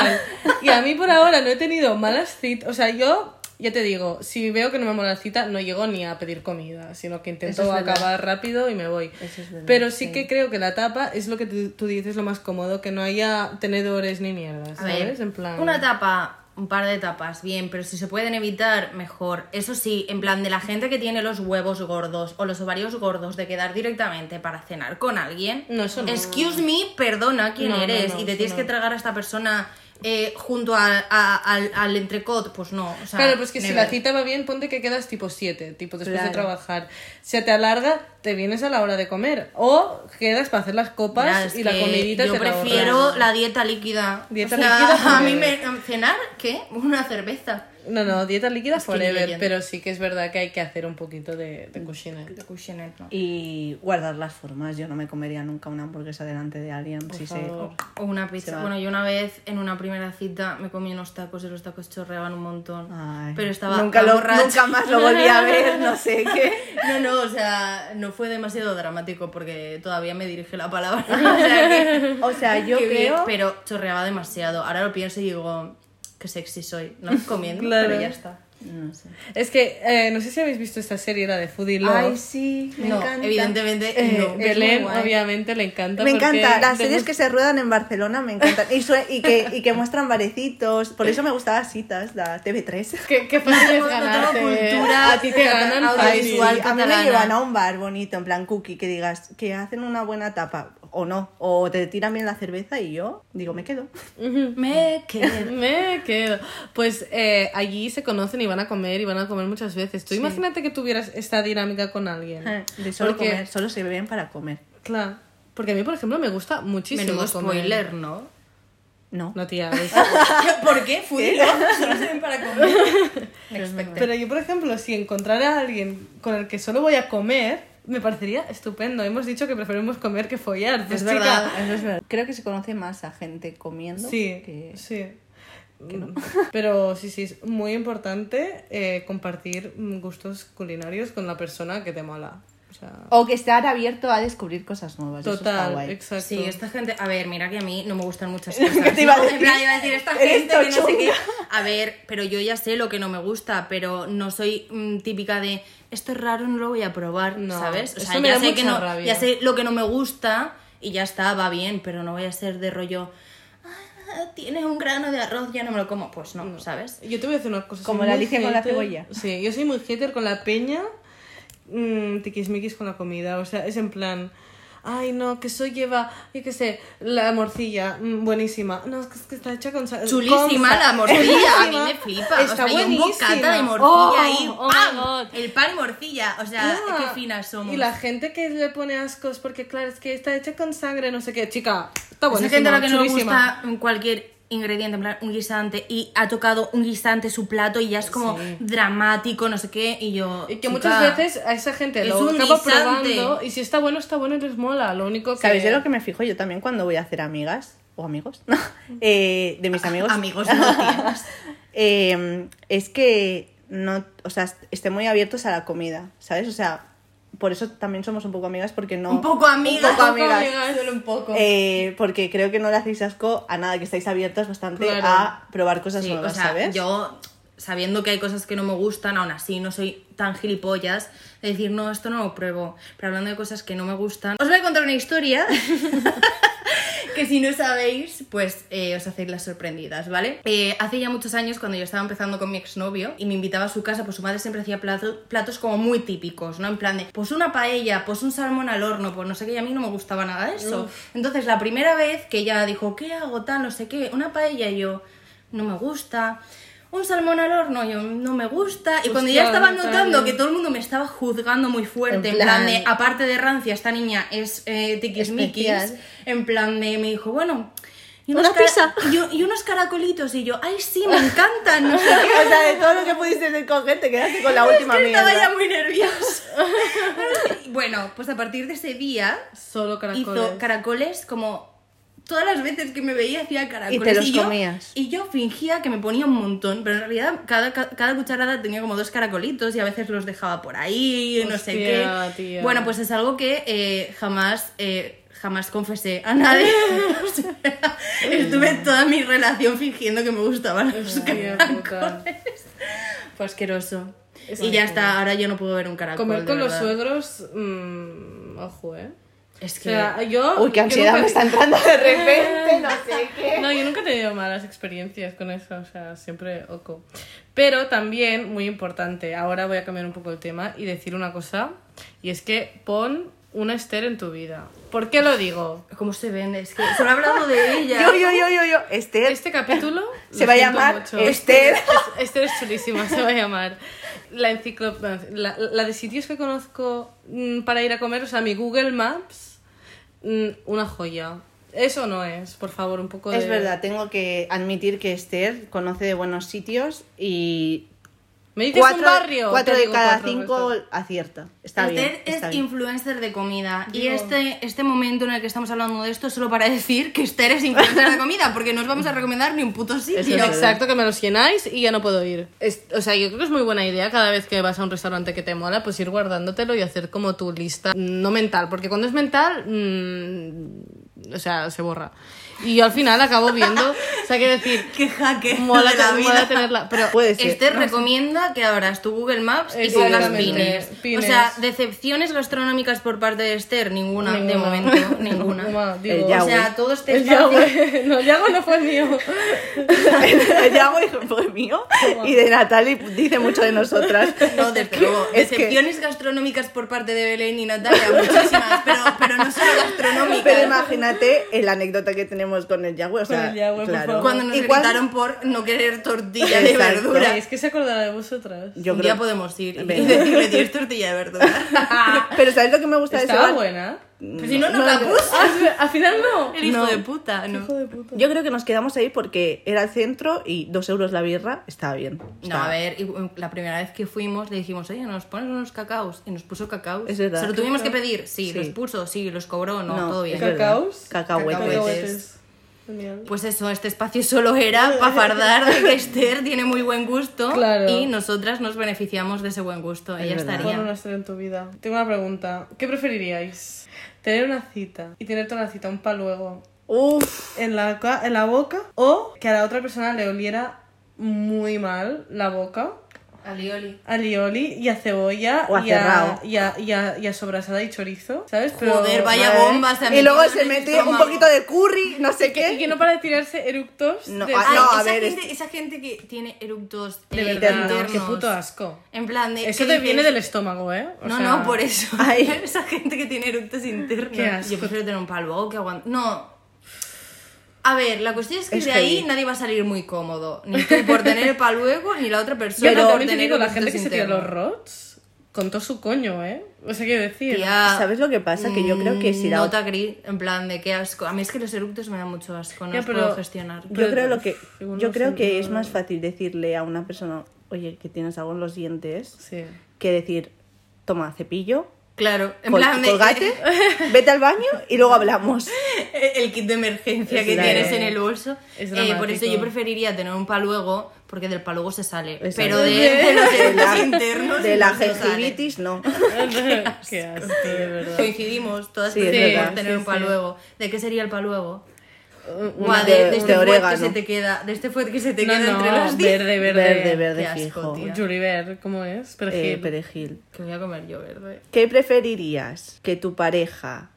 mal.
Y a mí por ahora no he tenido malas citas. O sea, yo ya te digo, si veo que no me mola la cita, no llego ni a pedir comida, sino que intento
Eso es verdad.
acabar rápido y me voy.
Eso es verdad,
Pero sí, que creo que la tapa es lo que tú, tú dices lo más cómodo, que no haya tenedores ni mierdas,
A ver,
¿sabes? En plan...
una tapa, un par de tapas, bien, pero si se pueden evitar, mejor. Eso sí, en plan de la gente que tiene los huevos gordos o los ovarios gordos de quedar directamente para cenar con alguien.
No, eso no.
Excuse me, perdona quién
No, no,
eres
no,
y te
eso
tienes que
no.
tragar a esta persona eh, junto a- a- al, al entrecot. Pues no, o sea,
Claro, pues que si
never.
la cita va bien, ponte que quedas tipo 7, tipo después de
Claro.
trabajar. Se te alarga, te vienes a la hora de comer. O quedas para hacer las copas
Ya, es
y la
que
comidita
Yo
te la
prefiero
ahorras.
la dieta líquida.
Dieta
O sea,
líquida,
A mí me.
joder.
¿Cenar? ¿Qué? Una cerveza.
No, no, dieta líquida
Skinny
forever,
legend.
pero sí que es verdad que hay que hacer un poquito de, de cocina.
Cushionet, ¿no?
Y guardar las formas. Yo no me comería nunca una hamburguesa delante de alguien. si se-
favor.
O una
Se
pizza.
va.
Bueno, yo una vez en una primera cita me comí unos tacos y los tacos chorreaban un montón.
Ay.
Pero estaba
nunca,
tan
lo,
borracha.
nunca más lo volví a ver, no sé qué.
No, no, o sea, no fue demasiado dramático porque todavía me dirige la palabra. O sea, que-
O sea, yo
que bien,
creo.
pero chorreaba demasiado. Ahora lo pienso y digo, qué sexy soy. No comiendo,
Claro.
pero ya está.
No sé.
Es que eh, no sé si habéis visto esta serie, la de Foodie Love.
Ay, sí, me
no,
encanta.
evidentemente
Eh,
no.
es muy
Belén,
guay.
obviamente, le encanta.
Me
porque
encanta, las
le
series
gusta-
que se ruedan en Barcelona me encantan. Y, sue- y, que, y que muestran barecitos. Por eso me gustaban citas, la TV3.
que, que fácil es
No tengo
ganarte.
cultura
a ti te ganan fácil.
audiovisual.
Ay, a mí me
catalana.
llevan a un bar bonito, en plan cookie, que digas que hacen una buena tapa o no. O te tiran bien la cerveza y yo digo, me quedo.
Me quedo.
Me quedo. Pues eh, allí se conocen y van a comer y van a comer muchas veces. Tú imagínate que tuvieras esta dinámica con alguien.
De solo
Porque-
comer, solo se beben para comer.
Claro. Porque a mí, por ejemplo, me gusta muchísimo.
Menudo
comer.
spoiler, ¿no?
No.
No, tía. es-
¿Por qué? Fui yo. Solo se ven para comer. Expected.
Pero yo, por ejemplo, si encontrara a alguien con el que solo voy a comer, Me parecería estupendo. Hemos dicho que preferimos comer que follar. Pues,
Es
chica,
verdad, eso es verdad. Creo que se conoce más a gente comiendo
Sí,
que
sí. Mm, Pero sí, sí, es muy importante eh, compartir mm, gustos culinarios con la persona que te mola. O sea,
O que estar abierto a descubrir cosas nuevas. eso está
total,
guay.
exacto.
Sí, esta gente. A ver, mira que a mí no me gustan muchas cosas.
te iba a
¿no? En
decir?
plan, iba a decir esta
Eres
gente que no sé
tochunga.
qué. A ver, pero yo ya sé lo que no me gusta, pero no soy mm, típica de esto es raro, no lo voy a probar,
No,
¿sabes? O
eso
sea,
me
ya
da
sé, que
mucha
no,
rabia.
ya sé lo que no me gusta y ya está, va bien, pero no voy a ser de rollo. "Ah, Tienes un grano de arroz, ya no me lo como. Pues no, ¿sabes?
Yo te voy a decir una cosa. soy
Como la
muy
Alicia con la
hater.
cebolla.
Sí, yo soy muy hater con la peña, mm, tiquismiquis con la comida. O sea, es en plan, ay no, que eso lleva, yo qué sé, la morcilla, mm, buenísima. No, es que, es que está hecha con sal.
Chulísima
con
la
sal.
morcilla, a mí
Buenísima.
me flipa.
Está
o sea, y un
buenísima.
bocata de morcilla
Oh,
ahí,
oh my
¡pam!
God.
el pan y morcilla, o sea,
Ah,
qué finas somos.
Y la gente que le pone ascos porque, claro, es que está hecha con sangre, no sé qué. Chica,
Esa
está buenísima,
gente a la que no le
chulísima.
gusta cualquier ingrediente, en plan un guisante, y ha tocado un guisante su plato y ya es como dramático, no sé qué, y yo...
Y que
chica,
muchas veces a esa gente
es
lo
un
acaba
guisante.
probando y si está bueno, está bueno y les mola. Lo único que...
¿Sabéis de lo que me fijo yo también cuando voy a hacer amigas? ¿O amigos? No. eh, de mis
Ah,
amigos.
Amigos no tienes.
Eh, es que no, o sea, estén muy abiertos a la comida, ¿sabes? O sea, por eso también somos un poco amigas porque no...
Un poco amigas.
Un poco amigas.
solo un poco.
Eh, porque creo que no le hacéis asco a nada, que estáis abiertas bastante
Claro.
a probar cosas
Sí,
nuevas,
o sea,
¿sabes?
yo sabiendo que hay cosas que no me gustan, aún así no soy tan gilipollas de decir, no, esto no lo pruebo. Pero hablando de cosas que no me gustan, os voy a contar una historia que si no sabéis, pues eh, os hacéis las sorprendidas, ¿vale? Eh, hace ya muchos años, cuando yo estaba empezando con mi exnovio y me invitaba a su casa, pues su madre siempre hacía plato- platos como muy típicos, ¿no? En plan de, pues una paella, pues un salmón al horno, pues no sé qué, y a mí no me gustaba nada de eso. Entonces, la primera vez que ella dijo, ¿qué hago tal? No sé qué, una paella, y yo, no me gusta. Un salmón al horno, yo no me gusta. Y cuando ya
Hostia,
estaba
Natalia.
notando que todo el mundo me estaba juzgando muy fuerte, en
En
plan,
plan-
de, aparte de rancia, esta niña es eh, tiquismiquis,
Especial.
en plan de, me dijo, bueno, y
Una
cara-
pizza.
Y, un- y unos caracolitos, y yo, ay, sí, me encantan, no sé qué.
o sea, de todo lo que pudiste decir con gente, quedaste con la última
Es que estaba
mierda.
ya muy nerviosa. bueno, pues a partir de ese día
Solo caracoles.
hizo caracoles como todas las veces que me veía hacía caracoles.
Y te los
yo,
comías.
Y yo fingía que me ponía un montón, pero en realidad cada, ca- cada cucharada tenía como dos caracolitos y a veces los dejaba por ahí, no sé qué.
Hostia, tía.
Bueno, pues es algo que eh, jamás... eh, Jamás confesé a nadie. O sea, Estuve toda mi relación fingiendo que me gustaban los
Hostia, puta.
caracoles. Fue asqueroso. y ya está, ahora yo no puedo ver un caracol.
Comer
de
con los
verdad.
suegros, mm, ojo, ¿eh?
Es
O
que.
sea, yo...
Uy, qué
yo
ansiedad
nunca-
me está entrando de repente, no sé qué.
No, yo nunca he tenido malas experiencias con eso, o sea, siempre oco. Pero también, muy importante, ahora voy a cambiar un poco el tema y decir una cosa, y es que pon una Esther en tu vida. ¿Por qué lo digo?
¿Cómo se vende? Es que solo he hablado de ella.
Yo, yo, yo, yo, yo. Esther.
Este capítulo
Se
lo
va
siento
a llamar
mucho. Este
Esther.
Es- Esther es chulísima, se va a llamar. La enciclopedia. La, la de sitios que conozco mm, para ir a comer, o sea, mi Google Maps, mm, una joya. Eso no es, por favor, un poco de.
Es verdad, tengo que admitir que Esther conoce de buenos sitios y
Me
Este
dices
cuatro,
un barrio.
cuatro
te
de
digo
cada
cuatro,
cinco
Roberto.
acierta.
Este
Está
Esther
bien. está
es
bien.
influencer de comida. Y
Digo-
este, este momento en el que estamos hablando de esto es solo para decir que Esther es influencer de comida, porque no os vamos a recomendar ni un puto
Sí,
sitio.
exacto, que me los llenáis y ya no puedo ir. Es- o sea, yo creo que es muy buena idea cada vez que vas a un restaurante que te mola, pues ir guardándotelo y hacer como tu lista, mm, no mental, porque cuando es mental, mm, o sea, se borra. Y yo al final acabo viendo, o sea, quiero decir,
Qué jaque.
mola,
de la vida. Pues
mola tenerla, pero
Puede ser.
Esther recomienda que abras tu Google Maps y pongas
Exactamente.
pines.
Pines.
O sea, decepciones gastronómicas por parte de Esther, ninguna, de
Ninguna.
momento, ninguna.
Toma, digo,
El
O
Yahweh.
sea, todo este
el
espacio-
Yahweh, no, el Yahweh no fue mío.
El Yahweh fue mío y de Natalie dice mucho de nosotras.
No, desde luego.
Es que-
Decepciones gastronómicas por parte de Belén y Natalia, muchísimas, pero, pero no solo gastronómicas.
Pero imagínate el anécdota que tenemos con el Yahweh. O sea,
Con el Yahweh, por
claro.
favor.
Cuando nos
¿Y cuál-
gritaron por no querer tortilla de
Exacto.
verdura.
es que se acordaba de vosotras.
Yo
Un
creo-
día podemos ir y
Venga.
decirle, tienes tortilla de verdura.
Pero ¿sabes lo que me gusta de ese
Ah. Estaba
bar?
buena.
Pues si no, no la puse.
Ah, Al final no.
El hijo
No.
de puta, no.
Hijo de puta.
Yo creo que nos quedamos ahí porque era el centro y dos euros la birra estaba bien.
No,
Estaba-
a ver, y- mm, la primera vez que fuimos le dijimos, oye, nos pones unos cacaos. Y nos puso cacaos.
Es verdad.
Se lo tuvimos que pedir, sí,
Sí.
los puso, sí, los cobró, no,
No,
todo bien.
es verdad.
¿Cacaos?
Cacahuetes.
Cacahuetes. Genial.
Pues eso, este espacio solo era para fardar de que Esther tiene muy buen gusto
Claro.
y nosotras nos beneficiamos de ese buen gusto. Ella
verdad.
Pon una
estaría.
historia en tu vida. Tengo una pregunta. ¿Qué preferiríais? ¿Tener una cita y tener toda la cita un paluego
Uf,
en la, ca- en la boca? ¿O que a la otra persona le oliera muy mal la boca?
Alioli.
A lioli y a cebolla
O a
y, a,
cerrao.
y, a, y, a, y a sobrasada y chorizo, ¿sabes?
Joder, vaya
Vale.
bomba. se
y
metió
luego
en
se
el
mete un
estómago.
poquito de curry, no sé
Que, y que
qué.
no para de tirarse eructos.
No,
de-
ah,
Ay,
no, a
esa,
ver,
gente, esa gente que tiene eructos
de
eh,
verdad,
internos.
qué puto asco.
En plan de.
Eso
¿qué
te viene
dices?
del estómago, ¿eh? O
no,
sea,
no, por eso.
Ay.
Esa gente que tiene eructos internos.
Qué asco.
Yo prefiero tener un palo que aguantar. No. A ver, la cuestión es que
Es
de ahí
heavy.
nadie va a salir muy cómodo. Ni tú por tener el paluego, ni la otra persona
Yo pero
por
también te
tener
digo, la
eructos
gente que se tira
internos.
los rots contó su coño, ¿eh? O sea, quiero decir.
Tía,
¿Sabes lo que pasa? Que yo creo que si la
Nota gris, en plan de qué asco. A mí es que los eructos me dan mucho asco, no
Ya,
los
pero-
puedo gestionar.
Yo
Pero,
creo lo que
igual
yo
no
creo
sé,
que
no-
es más fácil decirle a una persona, "Oye, que tienes algo en los dientes",
Sí.
que decir, "Toma cepillo,
Claro, en
col-
plan de.
colgate, vete al baño y luego hablamos."
el kit de emergencia
Es
que
dramático.
tienes en el bolso.
Es
Eh,
dramático.
por eso yo preferiría tener un paluego, porque del paluego se sale.
Exacto.
Pero de, de los
De la-
eructos internos.
de la
no se sale.
gingivitis no.
Qué asco, de verdad.
Coincidimos, todas
Sí, es
preferimos
verdad.
tener
Sí,
un
sí.
paluego. ¿De qué sería el paluego?
Una
Buah, de,
de-
de
de
este fuet que
orégano.
se te queda, de este fuet que se te
No,
queda
no,
entre los dientes.
verde, verde.
Verde,
Verde,
verde,
Qué asco,
fijo.
tío.
¿cómo es? Perejil.
Eh, perejil.
Que voy a comer yo verde.
¿Qué preferirías? ¿Que tu pareja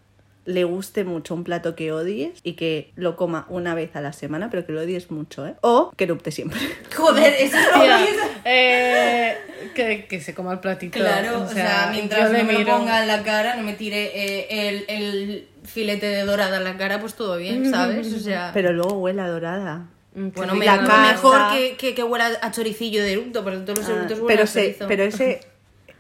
le guste mucho un plato que odies y que lo coma una vez a la semana, pero que lo odies mucho, ¿eh? O que erupte siempre.
Joder, eso es lo
Tía,
mismo.
eh, que, que se coma el platito.
Claro, o sea, mientras
yo le
no me lo
miro.
ponga en la cara, no me tire eh, el, el filete de dorada en la cara, pues todo bien, ¿sabes? O sea,
Pero luego huele a dorada.
Mm, qué
bueno,
rico.
me,
la
me- mejor
casa.
que, que, que huela a choricillo de eructo, porque todos los
Ah,
eructos huelen
pero,
a
se,
chorizo.
pero ese,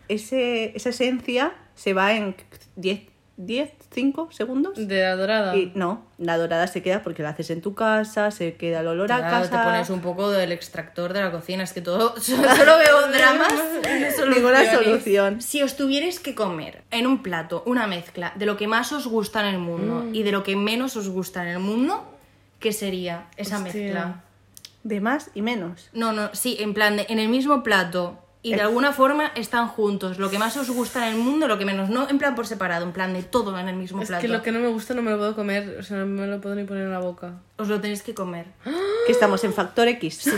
ese, esa esencia se va en 10, 10 5 segundos.
De la dorada.
Y no, la dorada se queda porque la haces en tu casa, se queda el olor a
Claro,
casa.
te pones un poco del extractor de la cocina, es que todo... Solo veo dramas. soluciones.
Ninguna solución.
Si os tuvierais que comer en un plato una mezcla de lo que más os gusta en el mundo
Mm.
y de lo que menos os gusta en el mundo, ¿qué sería esa
Hostia.
mezcla?
De más y menos.
No, no, sí, en plan, de- en el mismo plato. Y de alguna forma están juntos. Lo que más os gusta en el mundo, lo que menos. No en plan por separado, en plan de todo en el mismo
Es
plato.
que lo que no me gusta no me lo puedo comer, o sea, no me lo puedo ni poner en la boca.
Os lo tenéis que comer.
Que estamos en factor X.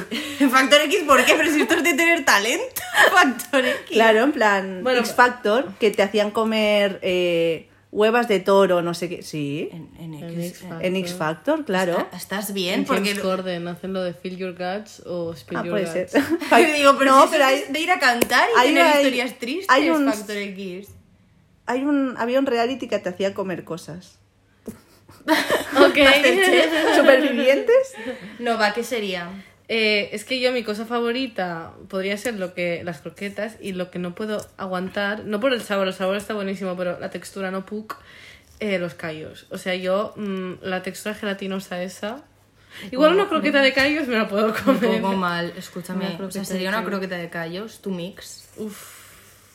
Factor X, ¿por qué? Pero si esto es de tener talento. Factor X.
Claro, en plan
Bueno,
X Factor, que te hacían comer eh, huevas de toro, no sé qué. Sí,
En, en
En
X.
X Factor.
en X Factor, claro.
Ah, ¿Estás bien?
En
Porque.
James Corden, hacen lo de Feel Your Guts o Spill
Ah,
Your
puede
Guts.
ser.
Yo digo, pero si
no,
eso
pero
es
hay,
de ir a cantar y
hay
tener
una-
historias tristes.
hay un-
Factor X.
hay un, había un reality que te hacía comer cosas.
Ok.
¿Supervivientes?
No, va, ¿qué sería?
Eh, es que yo mi cosa favorita podría ser lo que las croquetas y lo que no puedo aguantar, no por el sabor, el sabor está buenísimo, pero la textura no puc, eh, los callos. O sea, yo mm, la textura gelatinosa esa, igual una croqueta de callos me la puedo
Un
comer.
poco mal, escúchame.
Una
O sea,
croqueta
sería
de
una
callos.
croqueta de callos, tu mix.
Uf,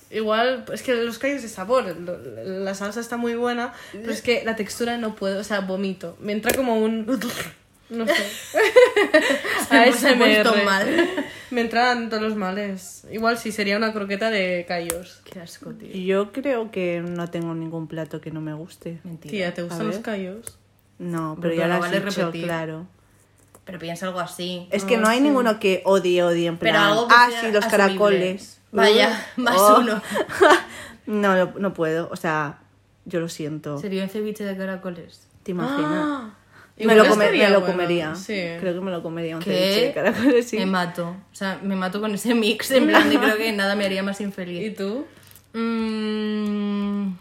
igual, es que los callos de sabor, lo- la salsa está muy buena, pero es que la textura no puedo, o sea, vomito. Me entra como un... No sé.
Me he
ASMR.
puesto mal.
Me entraban todos los males. Igual sí, sería una croqueta de callos.
Qué asco, tío.
Yo creo que no tengo ningún plato que no me guste.
Mentira.
Tía, ¿te
A
gustan los
ver.
callos?
No, pero
Bueno, no
ya lo has
vale
dicho,
repetir.
claro.
Pero piensa algo así.
Es que no hay ninguno que odie, odie en plan.
Pero algo que
ah,
sea
sí, los
asumible".
caracoles.
Vaya,
Uh,
más uno.
no, no, no puedo. O sea, yo lo siento.
Sería un ceviche de caracoles.
¿Te
Ah,
imaginas?
Igual
Me lo, come-
estaría
me lo
bueno,
comería.
sí.
Creo que me lo comería un ceviche de
¿Qué?
caracoles, sí.
Me mato. O sea, me mato con ese mix. En plan, de creo que nada me haría más
¿Y
infeliz.
tú?
Mm.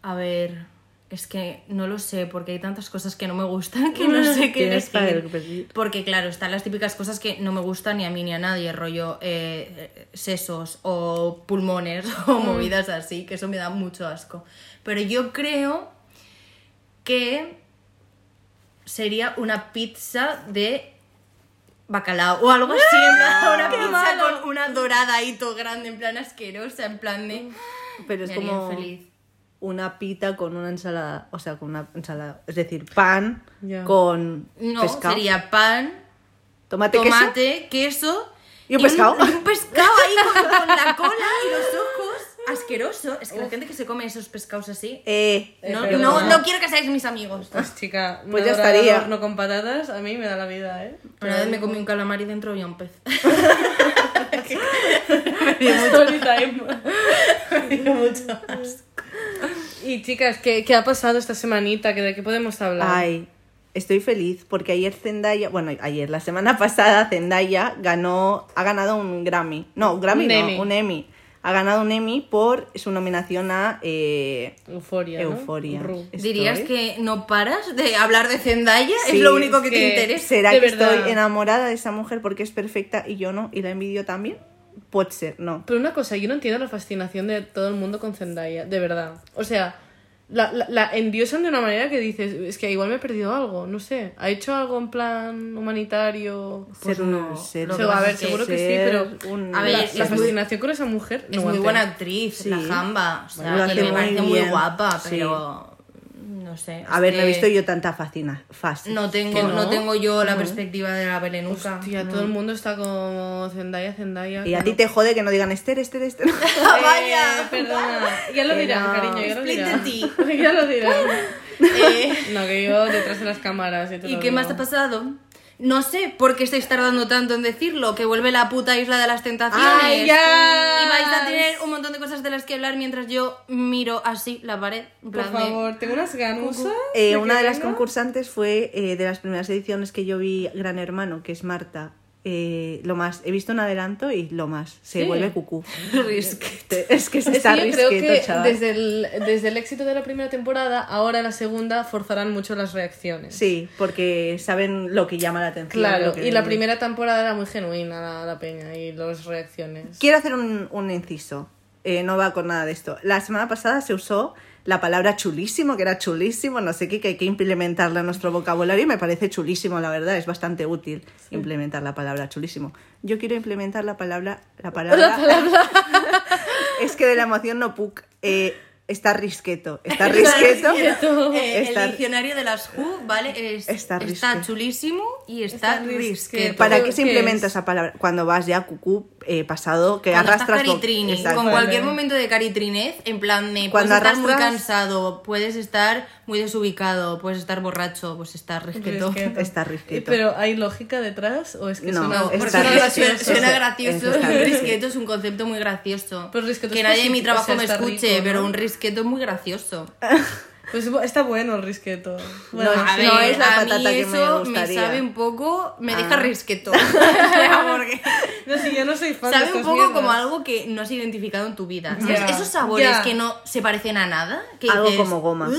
a ver. Es que no lo sé, porque hay tantas cosas que no me gustan que no sé qué
Tienes para
decir.
elegir.
Porque claro, están las típicas cosas que no me gustan ni a mí ni a nadie, rollo eh, sesos o pulmones o
Mm.
movidas así, que eso me da mucho asco. Pero yo creo que sería una pizza de bacalao o algo así, en
¡Ah!
plan, una pizza con una dorada ahí todo grande, en plan asquerosa, en plan de...
Pero es
Me haría
como
feliz.
una pita con una ensalada, o sea, con una ensalada, es decir, pan
Ya.
con
No,
pescado.
sería pan,
tomate, queso.
tomate, queso.
¿Y un pescado?
y un pescado ahí con, con la cola y los ojos. Asqueroso. Es que la gente que se come esos pescados así.
Eh,
Eh,
no,
pero
no,
bueno.
no quiero que seáis mis amigos.
Pues chica,
Pues
una
ya
dorada
estaría.
al horno con patatas, a mí me da la vida, ¿eh?
Una vez me comí un calamar y dentro había un pez.
Story time. Y chicas, ¿qué, qué ha pasado esta semanita? ¿Que ¿De qué podemos hablar?
Ay, estoy feliz porque ayer Zendaya, bueno, ayer, la semana pasada Zendaya ganó, ha ganado un Grammy. No, un Grammy
Un
no,
Emmy.
un Emmy. Ha ganado un Emmy por su nominación a eh,
Euforia. ¿no?
Euforia.
Ru.
Estoy-
¿Dirías que no paras de hablar de Zendaya?
Sí,
es lo único que,
es que-
te interesa.
¿Será
De
que
verdad.
estoy enamorada de esa mujer porque es perfecta y yo no? ¿Y la envidio también? Puede ser, no.
Pero una cosa, yo no entiendo la fascinación de todo el mundo con Zendaya, de verdad. O sea, la, la, la endiosan de una manera que dices, es que igual me he perdido algo, no sé. ¿Ha hecho algo en plan humanitario?
Pues
ser
no,
ser-
lo
O sea, a ver,
que
seguro que sí,
ser
pero
un-
A ver,
la,
es
la
muy-
fascinación con esa mujer
Es
no
muy
aguanté.
buena actriz, la jamba. O sea,
Bueno, lo
que
hace
me
muy
parece muy
bien,
guapa,
sí.
pero. No sé.
A
es
ver, no he
que
visto yo tanta fascina, fácil.
este- No tengo,
no.
no? tengo yo la perspectiva de la Mm. Belén nunca.
Hostia, todo el mundo está como Zendaya, Zendaya.
Y a
que
ti
no-
te jode que no digan Esther, Esther, Esther.
Eh, Perdona. Ya lo
Que
dirán,
no.
cariño, ya lo dirán.
Ah, Split
ya lo dirán.
Eh,
No, que yo detrás de las cámaras. yo te
¿Y
lo
qué más te
digo.
ha pasado? No sé por qué estáis tardando tanto en decirlo, que vuelve la puta isla de las tentaciones.
¡Ay, ya!
Y vais a tener un montón de cosas de las que hablar mientras yo miro así la pared. en
Por
plan de-
favor, tengo unas ganusas.
Eh,
de
una
que
de las
venga.
concursantes fue eh, de las primeras ediciones que yo vi Gran Hermano, que es Marta. Eh, lo más, he visto un adelanto y lo más, se
Sí.
vuelve cucú.
Risque.
Te- Es que
Es que
está
yo creo que
risqueto, chaval.
desde el, desde el éxito de la primera temporada, ahora la segunda forzarán mucho las reacciones.
Sí, porque saben lo que llama la atención. lo
Claro,
que
y la
vende.
primera temporada era muy genuina la, la peña y las reacciones.
Quiero hacer un, un inciso. Eh, no va con nada de esto. La semana pasada se usó la palabra chulísimo, que era chulísimo, no sé qué, que hay que implementarla en nuestro vocabulario. y Me parece chulísimo, la verdad, es bastante útil implementar la palabra chulísimo. Yo quiero implementar la palabra. La palabra. es que de la emoción no puc. Eh, está risqueto. Está risqueto.
Eh,
Está-
El diccionario de las Who, ¿vale? Es-
Está
está,
risque.
chulísimo y está,
Está risque.
risque.
¿Para
¿Qué
qué se implementa
es?
esa palabra? Cuando vas ya cucú eh, pasado, que
Cuando
arrastras.
estás
bo-
caritrini,
Exacto.
con cualquier momento de caritrinez, en plan de puedes
Cuando
estar muy
arrastras-
cansado, puedes estar muy desubicado, puedes estar borracho, pues estar resqueto.
Risqueto.
Está risqueto.
¿Pero hay lógica detrás o es que
No,
suena-
No, porque
está
suena
gracioso.
gracioso. Suena gracioso.
Está
Un
bien.
risqueto es un concepto muy gracioso.
Pero risqueto
que
es
nadie en mi
positivo,
trabajo
Pues o sea,
me
está
escuche,
rico, ¿no?
pero un risqueto es muy gracioso.
Pues está bueno el risqueto. Bueno,
No,
a
sí.
ver,
es la
a
patata
mí
que me
eso me,
gustaría. Ah.
sabe un poco, me deja risqueto. O sea, porque
no, sí, yo no soy fan de
sabe un
estas
poco
mierdas.
como algo que no has identificado en tu vida. ¿sabes?
Ya,
Esos sabores
ya.
que no se parecen a nada. Que
Algo
dices,
como goma.
"Ugh",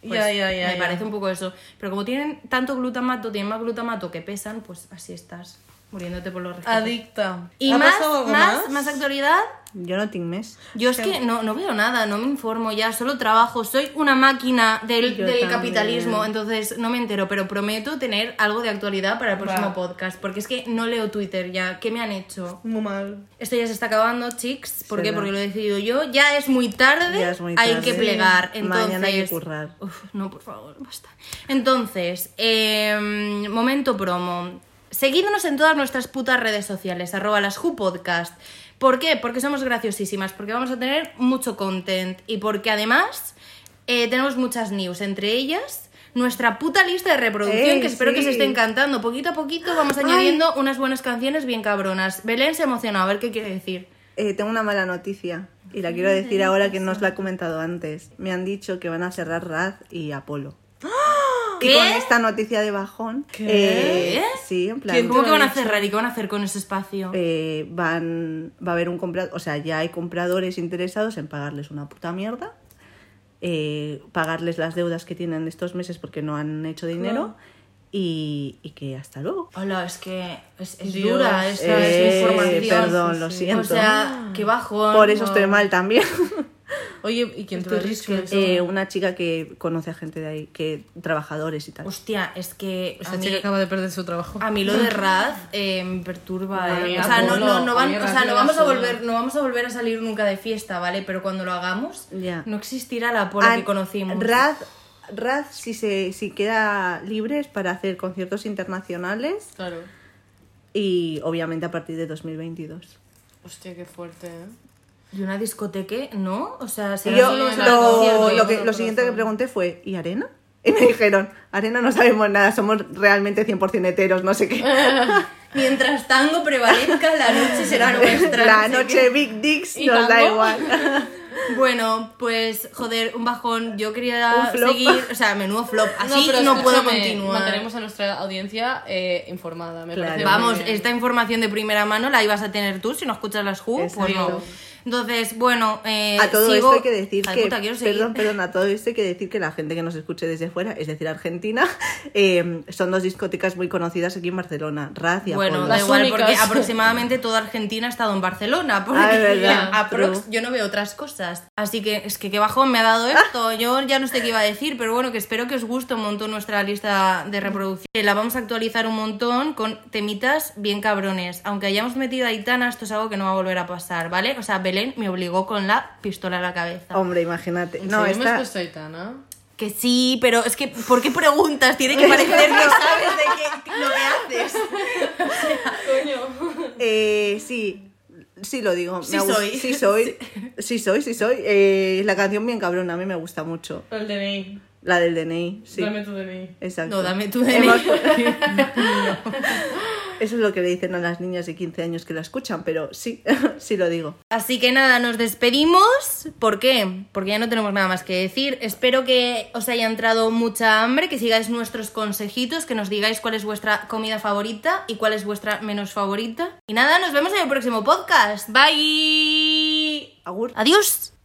pues
Ya, ya, ya,
Me
ya.
parece un poco eso. Pero como tienen tanto glutamato, tienen más glutamato que pesan, pues así estás, muriéndote por los resquetos.
Adicta.
Y
¿Ha
más,
pasado algo
más, más actualidad.
Yo no tengo mes.
Yo es que no, no veo nada, no me informo ya, solo trabajo, soy una máquina del,
Yo
del
también.
capitalismo, entonces no me entero, pero prometo tener algo de actualidad para el próximo podcast, porque es que no leo Twitter ya, ¿qué me han hecho?
Muy mal.
Esto ya se está acabando, chicks, ¿por qué?
Será.
Porque lo he decidido yo, ya es muy tarde,
Ya es muy
hay
tarde.
que plegar,
Sí.
entonces...
Mañana hay que currar.
Uf, no, por favor, basta. Entonces, em, momento promo. Seguidnos en todas nuestras putas redes sociales, arroba las Who Podcast. ¿Por qué? Porque somos graciosísimas, porque vamos a tener mucho content y porque además eh, tenemos muchas news, entre ellas nuestra puta lista de reproducción
Ey,
que espero que
sí.
se esté encantando. Poquito a poquito vamos añadiendo unas buenas canciones bien cabronas. Belén se emocionó, a ver qué quiere decir.
Eh, tengo una mala noticia y la quiero decir ahora que no os la he comentado antes. Me han dicho que van a cerrar Raz y Apolo. Y
¿Qué?
con esta noticia de bajón,
¿Qué?
eh, sí, en plan,
¿Quién
¿Cómo
te
que
lo
van
ha
a
dicho?
cerrar y qué van a hacer con ese espacio?
eh, van, va a haber un comprador, o sea, ya hay compradores interesados en pagarles una puta mierda eh, pagarles las deudas que tienen de estos meses porque no han hecho dinero. Y, y que hasta luego.
Hola, es que es, es
Dios,
dura esta es
Eh,
información.
perdón, lo
sí.
siento.
O sea, qué bajón.
Por eso
no.
estoy mal también.
Oye, ¿y quién te lo ha dicho eso?
Eh, una chica que conoce a gente de ahí, que trabajadores y tal.
Hostia, es que a
Esa
mí, Ah.
chica acaba de perder su trabajo.
a mí lo de Raz eh, me perturba. eh.
Madre
O sea, no,
Apolo,
no, no, van-
oye,
o sea,
Raz
no
era
vamos a
solo.
volver, no vamos a volver a salir nunca de fiesta, ¿vale? Pero cuando lo hagamos,
Ya.
no existirá la Apolo que
An-
conocimos.
Ah, Raz, Raz, si, se, si queda libre es para hacer conciertos internacionales
Claro.
y obviamente a partir de 2022.
Hostia, qué fuerte, ¿eh?
Y una discoteque, ¿no? O sea,
Y
será
yo
solo una
sí, claro,
lo,
concierto,
lo que,
otro
lo siguiente que
corazón.
pregunté fue, ¿y Arena? Y me dijeron, Arena no sabemos nada, somos realmente 100% heteros, no sé qué.
Mientras tango prevalezca, la noche será nuestra.
La
no sé
noche Big Dicks
¿Y
nos da
tango?
igual.
qué. Bueno, pues, joder, un bajón. Yo
Un
quería
flop.
seguir, o sea, menudo flop. Así
pero
Ah, no puedo
escúchame,
continuar.
Mantenemos a nuestra audiencia eh, informada, me
Claro.
parece muy
Vamos,
bien.
esta información de primera mano la ibas a tener tú si no escuchas las Who, pues
Exacto.
no. Entonces, bueno, eh,
a todo
sigo-
esto hay que decir
Ay,
que
puta, quiero seguir.
perdón perdón a todo esto hay que decir que la gente que nos escuche desde fuera es decir Argentina eh, son dos discotecas muy conocidas aquí en Barcelona Raz y
Bueno,
Apolo
da
Las
igual
únicas.
porque aproximadamente toda Argentina ha estado en Barcelona. Porque
Ah, es verdad,
aprox,
true.
yo no veo otras cosas. Así que es que qué bajón me ha dado esto. Yo ya no sé qué iba a decir, pero bueno, que espero que os guste un montón nuestra lista de reproducción. Eh, La vamos a actualizar un montón con temitas bien cabrones. Aunque hayamos metido a Itana, esto es algo que no va a volver a pasar, ¿vale? O sea, Belén me obligó con la pistola a la cabeza.
hombre imagínate
No,
no
sí, hemos
esta
puesto a Aitana.
Que sí, pero es que, ¿por qué preguntas? Tiene que parecer que sabes de qué, lo que haces.
eh, sí sí lo digo
Sí
ha gust-
soy.
sí soy sí soy sí soy Eh, la canción bien cabrona a mí me gusta mucho
El DNI.
la del DNI sí
Dame tu DNI.
exacto
No, dame tu
Hemos
DNI.
eso es lo que le dicen a las niñas de 15 años que la escuchan pero sí sí lo digo
Así que nada, nos despedimos. ¿Por qué? Porque ya no tenemos nada más que decir. Espero que os haya entrado mucha hambre, que sigáis nuestros consejitos, que nos digáis cuál es vuestra comida favorita y cuál es vuestra menos favorita. Y nada, nos vemos en el próximo podcast. Bye.
Agur.
Adiós.